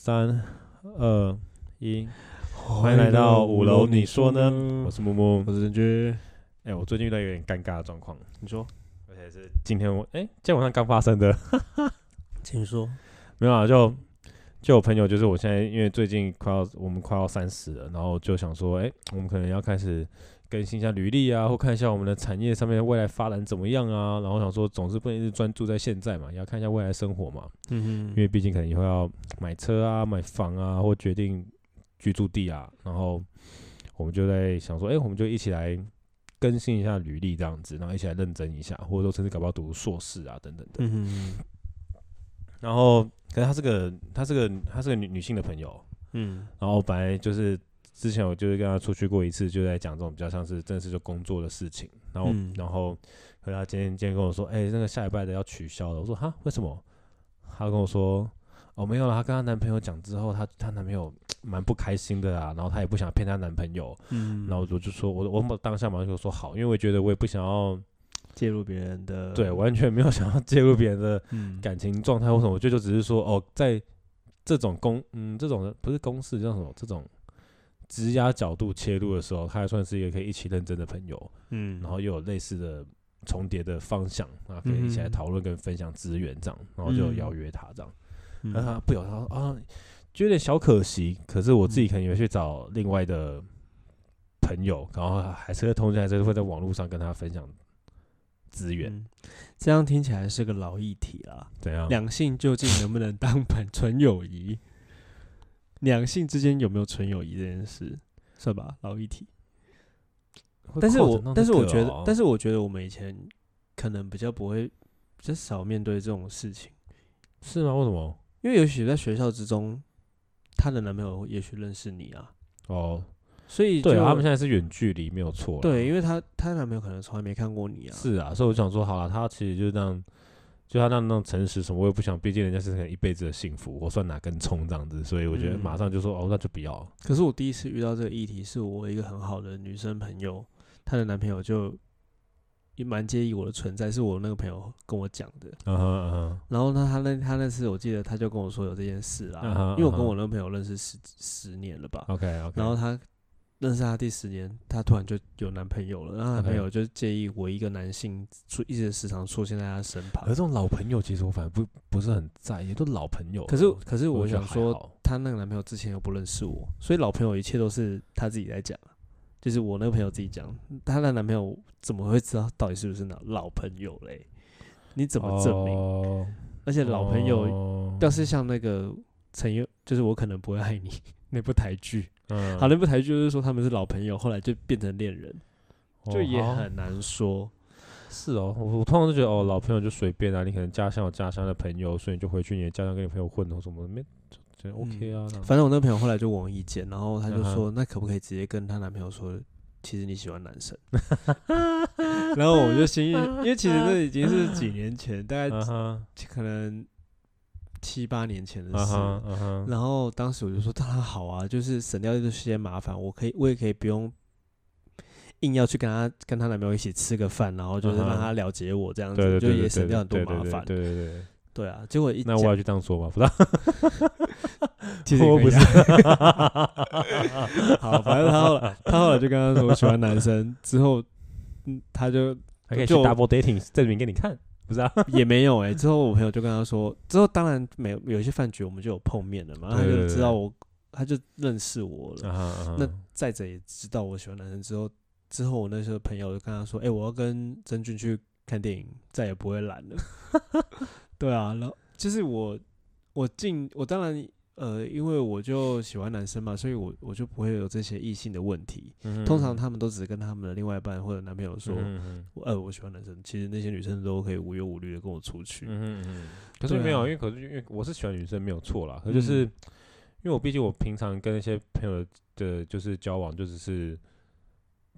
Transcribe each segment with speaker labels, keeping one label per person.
Speaker 1: 三二一，欢迎来到五楼，你说呢？我是木木
Speaker 2: 我。是陈军。
Speaker 1: 哎、我最近遇到一个有点尴尬的状况，
Speaker 2: 你说，
Speaker 1: 而且是今天我哎、今天晚上刚发生的。
Speaker 2: 请说。
Speaker 1: 没有啊，就就有朋友，就是我现在因为最近快要我们快要三十了，然后就想说，哎、我们可能要开始更新一下履历啊，或看一下我们的产业上面未来发展怎么样啊。然后想说，总是不能一直专注在现在嘛，也要看一下未来生活嘛，
Speaker 2: 嗯
Speaker 1: 因为毕竟可能以后要买车啊、买房啊，或决定居住地啊。然后我们就在想说，哎、我们就一起来。更新一下履历这样子，然后一起来认真一下，或者说甚至搞不好读硕士啊等等的。
Speaker 2: 嗯
Speaker 1: 然后，可是她是个，她是个，她是个女女性的朋友。
Speaker 2: 嗯
Speaker 1: 然后本来就是之前我就是跟她出去过一次，就在讲这种比较像是正式就工作的事情。然后，
Speaker 2: 嗯
Speaker 1: 然后，可是她今天今天跟我说，哎、那个下礼拜的要取消了。我说哈，为什么？她跟我说，哦，没有了。她跟她男朋友讲之后，她她男朋友蛮不开心的啊。然后她也不想骗她男朋友。
Speaker 2: 嗯
Speaker 1: 然后我就说，我我当下马上就说好，因为我觉得我也不想要，
Speaker 2: 介入别人的
Speaker 1: 对，完全没有想要介入别人的
Speaker 2: 嗯
Speaker 1: 感情状态或什么，我觉得就只是说哦，在这种公嗯这种不是公式叫什么这种职压角度切入的时候，他还算是一个可以一起认真的朋友，
Speaker 2: 嗯，
Speaker 1: 然后又有类似的重叠的方向，啊，可以一起来
Speaker 2: 嗯
Speaker 1: 讨论跟分享资源这样，然后就
Speaker 2: 嗯
Speaker 1: 邀约他这样，
Speaker 2: 嗯
Speaker 1: 但他不有他说啊，就有点小可惜，可是我自己可能也会去找另外的朋友，然后还是会同时还是会在网络上跟他分享资源，
Speaker 2: 嗯哦这样听起来是个老议题啦。
Speaker 1: 怎样？
Speaker 2: 两性究竟能不能当本纯友谊？ 两性之间有没有纯友谊这件事，算吧，老议题。
Speaker 1: 会
Speaker 2: 但是
Speaker 1: 扩
Speaker 2: 我
Speaker 1: 展到
Speaker 2: 但
Speaker 1: 这
Speaker 2: 是我
Speaker 1: 个
Speaker 2: 觉得
Speaker 1: 哦，
Speaker 2: 但是我觉得我们以前可能比较不会，比较少面对这种事情，
Speaker 1: 是吗？为什么？
Speaker 2: 因为也许在学校之中，她的男朋友也许认识你啊，
Speaker 1: 哦，
Speaker 2: 所以
Speaker 1: 对
Speaker 2: 就
Speaker 1: 啊，他们现在是远距离，没有错啦。
Speaker 2: 对，因
Speaker 1: 为
Speaker 2: 为她她男朋友可能从来没看过你啊，
Speaker 1: 是啊，所以我想说，好了，他其实就是让，就他让那种诚实什么，我也不想，毕竟人家是可能一辈子的幸福，我算哪根葱这样子，所以我觉得
Speaker 2: 嗯
Speaker 1: 马上就说，哦，那就不要。
Speaker 2: 可是我第一次遇到这个议题，是我一个很好的女生朋友，她的男朋友就也蛮介意我的存在，是我那个朋友跟我讲的。
Speaker 1: 嗯哼嗯哼，
Speaker 2: 然后呢，她那她那次我记得她就跟我说有这件事啦，
Speaker 1: 嗯哼
Speaker 2: 因为我
Speaker 1: 嗯哼
Speaker 2: 跟我那个朋友认识十十年了吧，
Speaker 1: OK OK，
Speaker 2: 然后她认识她第十年，她突然就有男朋友了，然后她男朋
Speaker 1: OK
Speaker 2: 友就介意我一个男性出一直时常出现在她身旁
Speaker 1: 而。这种老朋友，其实我反而不不是很在意，都老朋友了。
Speaker 2: 可是可是我
Speaker 1: 觉得
Speaker 2: 想
Speaker 1: 还
Speaker 2: 说，
Speaker 1: 好，
Speaker 2: 她那个男朋友之前又不认识我，所以老朋友一切都是她自己在讲啊，就是我那个朋友自己讲，她那男朋友怎么会知道到底是不是老老朋友嘞？你怎么证明？
Speaker 1: 哦、
Speaker 2: 而且老朋友、
Speaker 1: 哦
Speaker 2: 要是像那个陈友，就是我可能不会爱你 那部台剧，
Speaker 1: 嗯
Speaker 2: 好，那部台剧就是说他们是老朋友，后来就变成恋人，
Speaker 1: 哦
Speaker 2: 就也
Speaker 1: 好
Speaker 2: 很难说。
Speaker 1: 是哦，我我通常都觉得哦，老朋友就随便啊，你可能家乡有家乡的朋友，所以你就回去你的家乡跟你朋友混，或什么没就觉得
Speaker 2: 嗯
Speaker 1: OK 啊。
Speaker 2: 反正我那个朋友后来就问我意见，然后她就
Speaker 1: 嗯哼
Speaker 2: 说，那可不可以直接跟她男朋友说，其实你喜欢男生？ 然后我就心里，因为其实这已经是几年前，大概
Speaker 1: 嗯哼，
Speaker 2: 可能七八年前的
Speaker 1: 嗯
Speaker 2: 事了
Speaker 1: 哼，。嗯哼，
Speaker 2: 然后当时我就说，当然好啊，就是省掉这些麻烦，我可以，我也可以不用硬要去跟她跟她男朋友一起吃个饭，然后就是
Speaker 1: 嗯
Speaker 2: 让
Speaker 1: 哼
Speaker 2: 她了解我这样
Speaker 1: 对对
Speaker 2: 子，就
Speaker 1: 对，
Speaker 2: 也
Speaker 1: 对
Speaker 2: 省
Speaker 1: 对
Speaker 2: 掉很多
Speaker 1: 对对
Speaker 2: 麻
Speaker 1: 对
Speaker 2: 烦。
Speaker 1: 对对对对。
Speaker 2: 对啊，结果一
Speaker 1: 那我
Speaker 2: 讲
Speaker 1: 要去当说吧，不知道，
Speaker 2: 其实也
Speaker 1: 我
Speaker 2: 可以
Speaker 1: 不是
Speaker 2: 啊 好，反正他后来他后来就跟他说我喜欢男生，之后嗯他就
Speaker 1: 还可以去
Speaker 2: 就
Speaker 1: double dating 证明给你看，不是啊？
Speaker 2: 也没有哎、之后我朋友就跟他说，之后当然没有有一些饭局我们就有碰面了嘛，然后他
Speaker 1: 对对
Speaker 2: 就
Speaker 1: 对
Speaker 2: 知道我，他就认识我了，
Speaker 1: 嗯哼
Speaker 2: 那再者也知道我喜欢男生之后，之后我那时候朋友就跟他说，哎、我要跟真俊去看电影，再也不会懒了。 对啊，然后就是我我进我当然呃，因为我就喜欢男生嘛，所以我我就不会有这些异性的问题。
Speaker 1: 嗯
Speaker 2: 通常他们都只是跟他们的另外一半或者男朋友说，
Speaker 1: 嗯哼
Speaker 2: 我呃，我喜欢男生。其实那些女生都可以无忧无虑的跟我出去。
Speaker 1: 嗯哼嗯哼，可是
Speaker 2: 对啊
Speaker 1: 没有，因为可是因为我是喜欢女生没有错啦，可就是、
Speaker 2: 嗯
Speaker 1: 因为我毕竟我平常跟一些朋友的，就是交往就只是。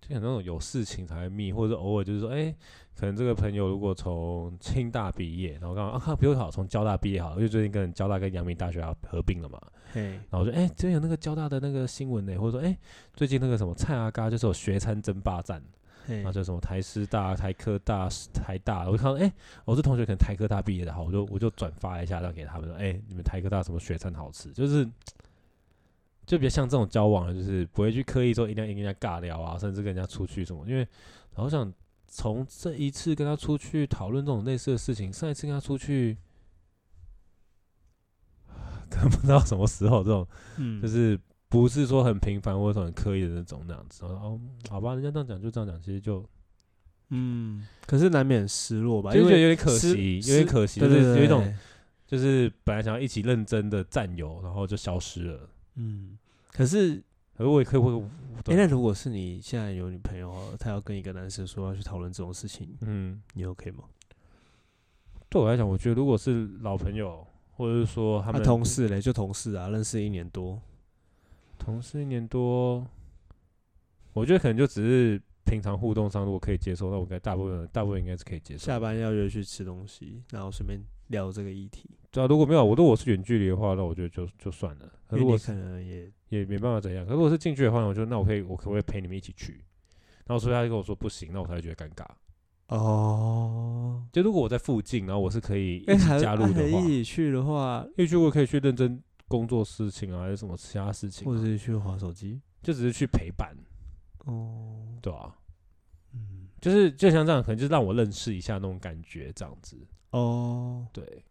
Speaker 1: 就很那种有事情才会密，或者偶尔就是说，哎、可能这个朋友如果从清大毕业，然后刚好啊，看比我好，从交大毕业好了，因为最近跟交大跟阳明大学要合并了嘛，
Speaker 2: 嘿，
Speaker 1: 然后我就哎、最近有那个交大的那个新闻呢、或者说哎、最近那个什么蔡阿嘎就是有学餐争霸战，
Speaker 2: 嘿
Speaker 1: 那，就什么台师大、台科大、台大，我就看到哎、我这同学可能台科大毕业的，好，我就我就转发一下，让给他们说，哎、你们台科大什么学餐好吃，就是就比较像这种交往，就是不会去刻意说一定要跟人家尬聊啊，甚至跟人家出去什么，因为好想从这一次跟他出去讨论这种类似的事情，上一次跟他出去。 可能不知道什么时候这种
Speaker 2: 嗯，
Speaker 1: 就是不是说很频繁或者很刻意的那种那样子。然后哦，好吧，人家这样讲就这样讲，其实就
Speaker 2: 嗯，可是难免失落吧，
Speaker 1: 就
Speaker 2: 因
Speaker 1: 是觉得
Speaker 2: 为
Speaker 1: 有点可
Speaker 2: 失
Speaker 1: 惜，有点
Speaker 2: 失
Speaker 1: 可惜，
Speaker 2: 对
Speaker 1: 就
Speaker 2: 对
Speaker 1: 是
Speaker 2: 对，
Speaker 1: 有一种
Speaker 2: 对
Speaker 1: 就是本来想要一起认真的战友，然后就消失了。
Speaker 2: 嗯，可是
Speaker 1: 可是我也可以会，
Speaker 2: 哎、
Speaker 1: 对啊
Speaker 2: 那如果是你现在有女朋友好了，她要跟一个男生说要去讨论这种事情，
Speaker 1: 嗯，
Speaker 2: 你 OK 吗？
Speaker 1: 对我来讲，我觉得如果是老朋友，或者是说他
Speaker 2: 他
Speaker 1: 们
Speaker 2: 啊同事嘞，就同事啊，认识一年多，
Speaker 1: 同事一年多，我觉得可能就只是平常互动上，如果可以接受，那我应该大部分大部分应该是可以接受。
Speaker 2: 下班要约去吃东西，然后顺便聊这个议题，
Speaker 1: 对啊，如果没有，我如果是远距离的话，那我觉得就就算了。可
Speaker 2: 因
Speaker 1: 如
Speaker 2: 为
Speaker 1: 果
Speaker 2: 你
Speaker 1: 是
Speaker 2: 可能也
Speaker 1: 也没办法怎样。可如果是进去的话，我就那我可以，我可不可以陪你们一起去？然后所以他就跟我说不行，那我才会觉得尴尬。
Speaker 2: 哦，
Speaker 1: 就如果我在附近，然后我是可以
Speaker 2: 哎
Speaker 1: 一起
Speaker 2: 还
Speaker 1: 加入的
Speaker 2: 还
Speaker 1: 话，
Speaker 2: 一起去的话，
Speaker 1: 因为去我可以去认真工作事情啊，还是什么其他事情啊、
Speaker 2: 或者是去划手机
Speaker 1: 就只是去陪伴，
Speaker 2: 哦，
Speaker 1: 对啊，
Speaker 2: 嗯，
Speaker 1: 就是就像这样，可能就是让我认识一下那种感觉，这样子。
Speaker 2: 哦，
Speaker 1: 对，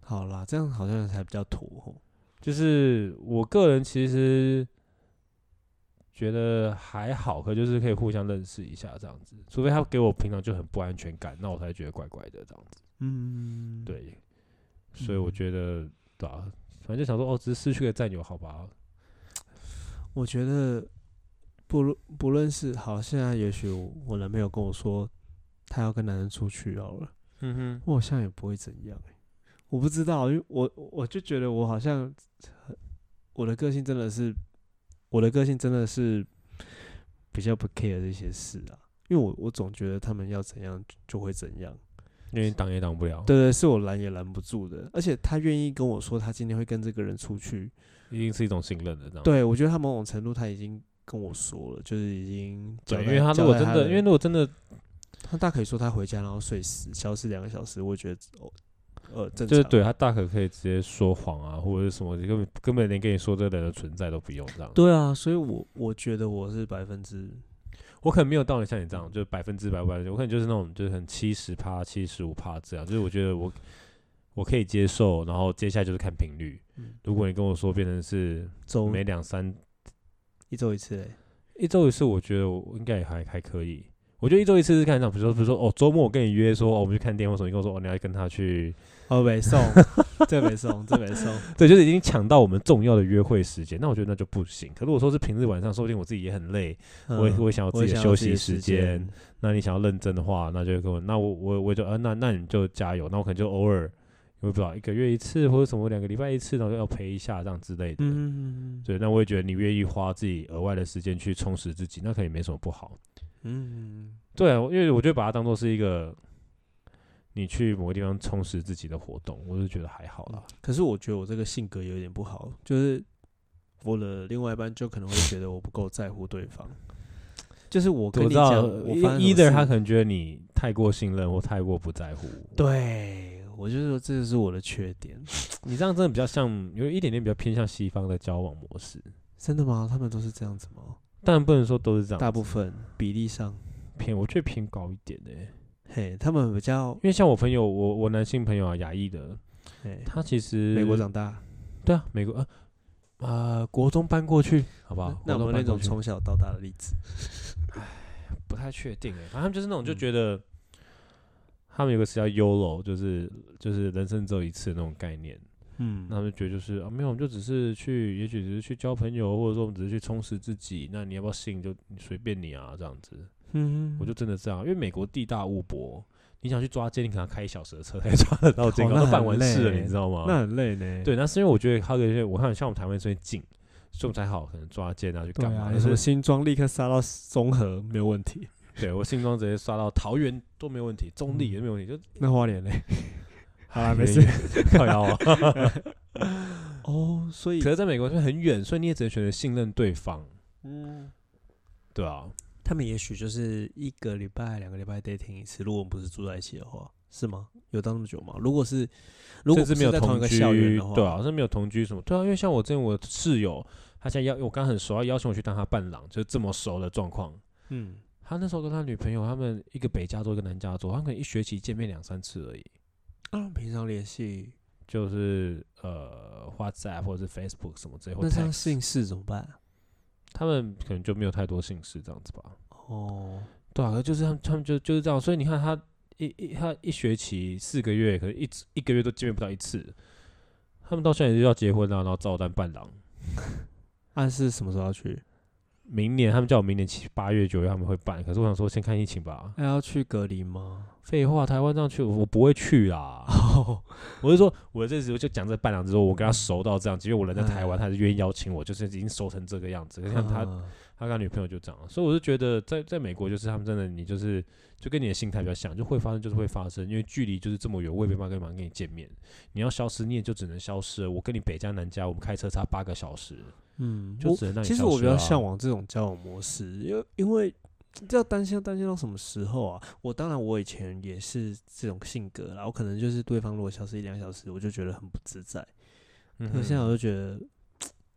Speaker 2: 好啦，这样好像才比较妥哦。
Speaker 1: 就是我个人其实觉得还好，可就是可以互相认识一下这样子。除非他给我平常就很不安全感，那我才觉得怪怪的这样子。
Speaker 2: 嗯，，
Speaker 1: 对，所以我
Speaker 2: 嗯
Speaker 1: 觉得对啊，反正就想说哦，只是失去个战友，好吧。
Speaker 2: 我觉得不论不论是好，现在也许我我男朋友跟我说他要跟男生出去好了，
Speaker 1: 嗯哼，
Speaker 2: 我好像也不会怎样、欸、我不知道，因为我我就觉得我好像我的个性真的是我的个性真的是比较不 care 这些事啊，因为我我总觉得他们要怎样就会怎样，
Speaker 1: 因为你挡也挡不了，
Speaker 2: 对对，是我拦也拦不住的，而且他愿意跟我说他今天会跟这个人出去，
Speaker 1: 一定是一种信任的这样。
Speaker 2: 对，我觉得他某种程度他已经跟我说了，就是已经交
Speaker 1: 对，
Speaker 2: 代
Speaker 1: 因为他如果真
Speaker 2: 交代
Speaker 1: 的，因为如果真的
Speaker 2: 他大可以说他回家然后睡死，消失两个小时，我觉得哦，呃，正常
Speaker 1: 就是对他大可可以直接说谎啊，或者是什么，根本根本连跟你说这个人的存在都不用这样。
Speaker 2: 对啊，所以我我觉得我是百分之
Speaker 1: 我可能没有到你像你这样，就是百分之百百分之，我可能就是那种就是很七十趴、七十五趴这样，就是我觉得我我可以接受，然后接下来就是看频率。
Speaker 2: 嗯
Speaker 1: 如果你跟我说变成是
Speaker 2: 周
Speaker 1: 每两三
Speaker 2: 一周一次嘞，
Speaker 1: 一周一次，我觉得我应该也还还可以。我觉得一周一次是看场，比如说比如说哦，周末我跟你约说哦，我们去看电影或什么，你跟我说哦，你要跟他去，
Speaker 2: 哦，没送，这没送，这没送，
Speaker 1: 对，就是已经抢到我们重要的约会时间，那我觉得那就不行。可如果说是平日晚上，说不定我自己也很累， 我也
Speaker 2: 嗯
Speaker 1: 我也想要
Speaker 2: 我
Speaker 1: 自己的
Speaker 2: 想
Speaker 1: 休
Speaker 2: 要
Speaker 1: 息
Speaker 2: 的
Speaker 1: 时
Speaker 2: 时
Speaker 1: 间。，那你想要认真的话，那就跟我，那我我我就呃，那那你就加油，那我可能就偶尔，我也不知道一个月一次或者什么两个礼拜一次，然后要陪一下这样之类的。
Speaker 2: 嗯嗯
Speaker 1: 对，那我也觉得你愿意花自己额外的时间去充实自己，那可能也没什么不好。
Speaker 2: 嗯，
Speaker 1: 对啊，因为我就把它当做是一个你去某个地方充实自己的活动，我就觉得还好啦。
Speaker 2: 可是我觉得我这个性格有点不好，就是我的另外一半就可能会觉得我不够在乎对方，就是我跟
Speaker 1: 我
Speaker 2: 你
Speaker 1: 知道
Speaker 2: 讲，我发生什么
Speaker 1: ，either
Speaker 2: 事
Speaker 1: 他可能觉得你太过信任或太过不在乎。
Speaker 2: 对我就说这是我的缺点，
Speaker 1: 你这样真的比较像，有一点点比较偏向西方的交往模式，
Speaker 2: 真的吗？他们都是这样子吗？
Speaker 1: 但不能说都是这样子，
Speaker 2: 大部分比例上，
Speaker 1: 偏，我觉得偏高一点的、
Speaker 2: 嘿，他们比较
Speaker 1: 因为像我朋友，我我男性朋友啊，亚裔的，
Speaker 2: 嘿，
Speaker 1: 他其实
Speaker 2: 美国长大，
Speaker 1: 对啊，美国啊啊、国中搬过去，好不好？
Speaker 2: 那那
Speaker 1: 国中
Speaker 2: 我们
Speaker 1: 搬
Speaker 2: 那
Speaker 1: 过
Speaker 2: 种
Speaker 1: 去
Speaker 2: 从小到大的例子，
Speaker 1: 不太确定哎、反正他们就是那种就
Speaker 2: 嗯
Speaker 1: 觉得、他们有个词叫 “yolo”，就是就是人生只有一次的那种概念。
Speaker 2: 嗯
Speaker 1: 那他们觉得就是啊，没有，我们就只是去，也许只是去交朋友，或者说我们只是去充实自己。那你要不要信就你随便你啊，这样子。
Speaker 2: 嗯
Speaker 1: 我就真的这样，因为美国地大物博，你想去抓奸，你可能要开一小时的车才 抓得到奸，
Speaker 2: 哦
Speaker 1: 然后
Speaker 2: 那
Speaker 1: 办
Speaker 2: 很
Speaker 1: 完事了，
Speaker 2: 累
Speaker 1: 你知道吗？
Speaker 2: 那很累呢，
Speaker 1: 啊对，那是因为我觉得还有一些，我看像我们台湾这边近，所以我们才好可能抓奸啊去
Speaker 2: 对
Speaker 1: 干嘛
Speaker 2: 啊，。
Speaker 1: 但
Speaker 2: 有什么
Speaker 1: 是
Speaker 2: 新装立刻杀到综合没有 问题，
Speaker 1: 对我新庄直接刷到桃园都没有问题，中立
Speaker 2: 嗯
Speaker 1: 也没有问题，就
Speaker 2: 那花莲嘞，好啦，没
Speaker 1: 有
Speaker 2: 事
Speaker 1: 点。靠腰啊。
Speaker 2: 哦，所以
Speaker 1: 可是在美国就很远，所以你也只能选择信任对方，
Speaker 2: 嗯，
Speaker 1: 对啊。
Speaker 2: 他们也许就是一个礼拜、两个礼拜 dating 一次，如果我们不是住在一起的话，是吗？有到那么久吗？如果是，如果
Speaker 1: 甚至
Speaker 2: 不
Speaker 1: 没有
Speaker 2: 在同一个
Speaker 1: 居，
Speaker 2: 校园的话，
Speaker 1: 对啊，好像没有同居什么，对啊，因为像我之前我的室友，他现在要我刚很熟，他邀请我去当他伴郎，就是这么熟的状况。
Speaker 2: 嗯，
Speaker 1: 他那时候跟他女朋友，他们一个北加州，一个南加州，他们可能一学期见面两三次而已，
Speaker 2: 啊，平常联系，
Speaker 1: 就是呃 WhatsApp 或者是 Facebook 什么之类，或
Speaker 2: 那这样
Speaker 1: text
Speaker 2: 姓氏怎么办啊？
Speaker 1: 他们可能就没有太多姓氏这样子吧。
Speaker 2: 哦，
Speaker 1: 对啊，可是就是他们，他们就就是这样，所以你看他一一他一学期四个月，可能一直一个月都见面不到一次，他们到现在也就要结婚了、啊然后照单伴郎。
Speaker 2: 暗示啊什么时候要去？
Speaker 1: 明年他们叫我明年七八月九月他们会办，可是我想说先看疫情吧。
Speaker 2: 那要去隔离吗？
Speaker 1: 废话，台湾上去我我不会去啦。
Speaker 2: 哦，
Speaker 1: 我是说，我这时候就讲这伴郎之后，我跟他熟到这样，因为我人在台湾，
Speaker 2: 嗯
Speaker 1: 他还是愿意邀请我，就是已经熟成这个样子。像他
Speaker 2: 啊
Speaker 1: 他跟他女朋友就这样，所以我就觉得在在美国，就是他们真的你就是就跟你的心态比较像，就会发生就是会发生，因为距离就是这么远，我也没办法跟马上跟你见面。你要消失，你也就只能消失了。我跟你北加南加，我们开车差八个小时，
Speaker 2: 嗯，
Speaker 1: 就
Speaker 2: 我
Speaker 1: 只能让你、消
Speaker 2: 其实我比较
Speaker 1: 失啊
Speaker 2: 向往这种交往模式，因为因为这要担心要担心到什么时候啊？我当然我以前也是这种性格啦，我可能就是对方如果消失一两小时，我就觉得很不自在。
Speaker 1: 嗯
Speaker 2: 可
Speaker 1: 哼
Speaker 2: 现在我就觉得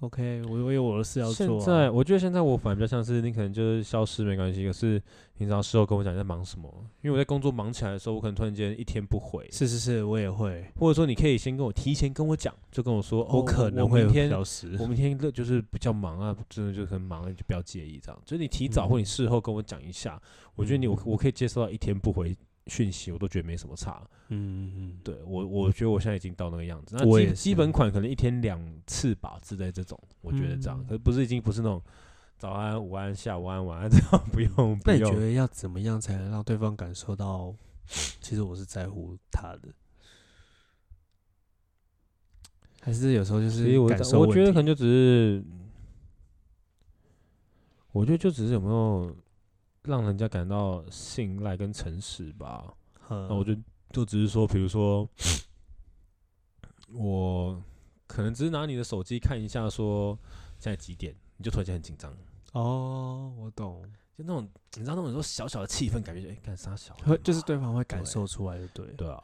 Speaker 2: ，OK，我我有我的事要做、啊。
Speaker 1: 现在我觉得现在我反而比较像是你可能就是消失没关系，可是平常事后跟我讲你在忙什么，因为我在工作忙起来的时候，我可能突然间一天不回，
Speaker 2: 是是是，我也会，
Speaker 1: 或者说你可以先跟我提前跟我讲，就跟我说，哦，
Speaker 2: 我可能
Speaker 1: 我
Speaker 2: 会
Speaker 1: 明天
Speaker 2: 消失
Speaker 1: 我。明天的就是比较忙啊，真的就很忙，你就不要介意这样。就是你提
Speaker 2: 嗯
Speaker 1: 早或你事后跟我讲一下，我觉得你我我可以接受到一天不回讯息，我都觉得没什么差。
Speaker 2: 嗯嗯嗯，
Speaker 1: 对我，我觉得我现在已经到那个样子。那
Speaker 2: 我
Speaker 1: 基
Speaker 2: 也
Speaker 1: 基
Speaker 2: 是
Speaker 1: 本款可能一天两次吧之类这种，我觉得这样，
Speaker 2: 嗯
Speaker 1: 可是不是已经不是那种早安、午安、下午安、晚安这样， 不用不
Speaker 2: 那你觉
Speaker 1: 用。
Speaker 2: 得要怎么样才能让对方感受到，其实我是在乎他的？还是有时候就
Speaker 1: 其实
Speaker 2: 是
Speaker 1: 我
Speaker 2: 感受
Speaker 1: 我觉得可
Speaker 2: 问
Speaker 1: 能就只是，我觉得就只是有没有让人家感到信赖跟诚实吧。
Speaker 2: 题，嗯
Speaker 1: 那我就就只是说，比如说，我可能只是拿你的手机看一下，说现在几点，你就突然间很紧张，
Speaker 2: 哦，我懂，
Speaker 1: 就那种你知道那种说小小的气氛，感觉就哎干啥小，
Speaker 2: 会就是对方会感
Speaker 1: 对
Speaker 2: 受出来，就对了。
Speaker 1: 对啊，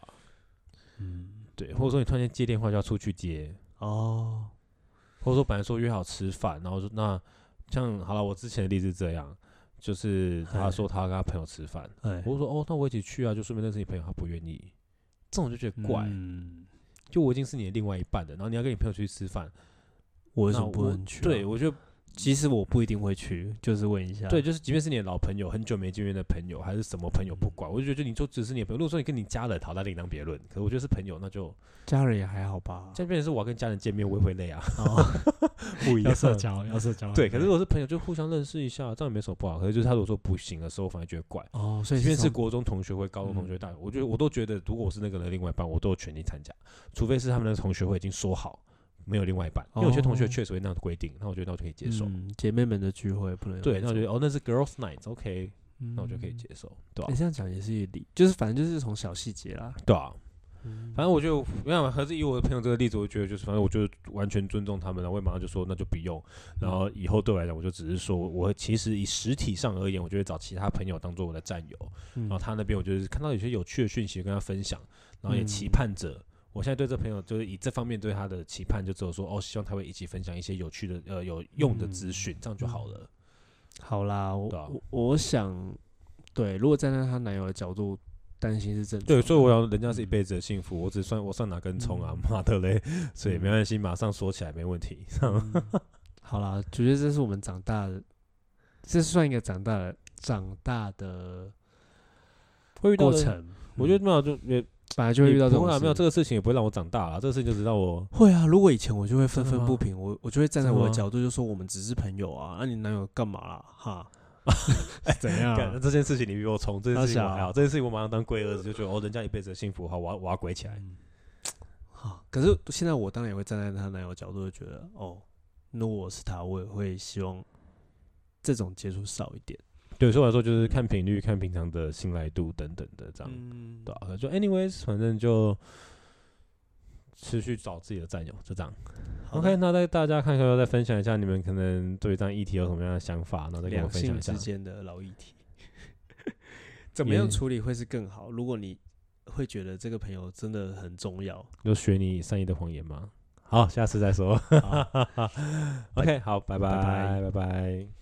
Speaker 2: 嗯，
Speaker 1: 对，或者说你突然间接电话就要出去接，
Speaker 2: 哦，
Speaker 1: 或者说本来说约好吃饭，然后说那像好了，我之前的例子是这样，就是他
Speaker 2: 嗨
Speaker 1: 说他要跟他朋友吃饭，
Speaker 2: 哎，
Speaker 1: 我就说哦，那我一起去啊，就顺便认识你朋友，他不愿意，这种我就觉得怪，
Speaker 2: 嗯
Speaker 1: 就我已经是你的另外一半的，然后你要跟你朋友出去吃饭。
Speaker 2: 我为什
Speaker 1: 那
Speaker 2: 么不
Speaker 1: 我
Speaker 2: 能去啊？
Speaker 1: 对，我觉得
Speaker 2: 其实我不一定会去，就是问一下。
Speaker 1: 对，就是即便是你的老朋友，很久没见面的朋友，还是什么朋友，不管，我就觉得就你就只是你的朋友。如果说你跟你家人好，那另当别论。可我觉得是朋友，那就
Speaker 2: 家人也还 好吧。
Speaker 1: 这变成是我要跟家人见面，我也会累啊，
Speaker 2: 哦，
Speaker 1: 不一
Speaker 2: 要社。交，要社交。
Speaker 1: 对，可是如果是朋友，就互相认识一下，这样也没什么不好。可是就是他如果说不行的时候，我反而觉得怪。
Speaker 2: 哦，嗯所以
Speaker 1: 即便
Speaker 2: 这
Speaker 1: 是
Speaker 2: 种
Speaker 1: 国中同学会、高中同学会、大学，我觉得我都觉得，如果我是那个人的另外一半，我都有权利参加，除非是他们的同学会已经说好没有另外一半，因为有些同学
Speaker 2: 哦
Speaker 1: 确实会那样规定，那我觉得那我就可以接受。
Speaker 2: 嗯姐妹们的聚会不能有
Speaker 1: 对，那我觉
Speaker 2: 种
Speaker 1: 得哦，那是 girls night，OK，、
Speaker 2: 嗯
Speaker 1: 那我就可以接受，对吧、
Speaker 2: 你这样讲也是有理，就是反正就是从小细节啦。
Speaker 1: 对啊，
Speaker 2: 嗯
Speaker 1: 反正我就没办法，还是以我的朋友这个例子，我就觉得就是，反正我就完全尊重他们了，我也马上就说那就不用。然后以后对我来讲，我就只是说我其实以实体上而言，我就会找其他朋友当做我的战友。
Speaker 2: 嗯
Speaker 1: 然后他那边，我就是看到有些有趣的讯息跟他分享，然后
Speaker 2: 嗯
Speaker 1: 也期盼着。我现在对这朋友就是以这方面对他的期盼，就只有说哦，希望他会一起分享一些有趣的、呃有用的资
Speaker 2: 嗯
Speaker 1: 讯，这样就好了。
Speaker 2: 好啦，我
Speaker 1: 对啊
Speaker 2: 我我想，对，如果站在她男友的角度，担心是正常
Speaker 1: 对，
Speaker 2: 的。
Speaker 1: 所以我要人家
Speaker 2: 嗯
Speaker 1: 是一辈子的幸福，我只算我算哪根葱啊，妈的 嘞！所以没关系，马上说起来没问题。
Speaker 2: 嗯好啦，我觉得这是我们长大的，这算一个长大的长大的
Speaker 1: 会遇到
Speaker 2: 过
Speaker 1: 的
Speaker 2: 程。
Speaker 1: 我觉
Speaker 2: 嗯
Speaker 1: 得没有，就也
Speaker 2: 本来就会遇到这
Speaker 1: 不
Speaker 2: 种
Speaker 1: 会啊
Speaker 2: 事，
Speaker 1: 没有这个事情也不会让我长大啊，这个事情就知道我
Speaker 2: 会啊，如果以前我就会愤
Speaker 1: 真的
Speaker 2: 愤
Speaker 1: 吗
Speaker 2: 不平，我我就会站在
Speaker 1: 真的
Speaker 2: 我的
Speaker 1: 吗
Speaker 2: 角度就说我们只是朋友啊，那、你男友干嘛啦？哈， 怎样
Speaker 1: 干、
Speaker 2: 啊？
Speaker 1: 这件事情你比我冲，这件事情我还
Speaker 2: 那小
Speaker 1: 好，这件事情我马上当龟儿子就觉得哦，人家一辈子的幸福，好，我要我要鬼起来。
Speaker 2: 嗯哈，可是现在我当然也会站在她男友角度，就觉得哦，如果我是他，我也会希望这种接触少一点。
Speaker 1: 对，所以我来说就是看频率、看平常的信赖度等等的这样，啊
Speaker 2: 嗯
Speaker 1: 对啊，就 anyways，反正就持续找自己的战友，就这样。
Speaker 2: 好的
Speaker 1: OK，那带大家看看，要再分享一下你们可能对这样议题有什么样的想法，然后再跟我
Speaker 2: 两
Speaker 1: 分享
Speaker 2: 性
Speaker 1: 一下
Speaker 2: 之。间的老议题， 怎么样处理会是更好？如果你会觉得这个朋友真的很重要，
Speaker 1: 就学你善意的谎言吗？好，下次再说。
Speaker 2: 好
Speaker 1: OK，好，拜
Speaker 2: 拜
Speaker 1: 拜，拜
Speaker 2: 拜
Speaker 1: 拜。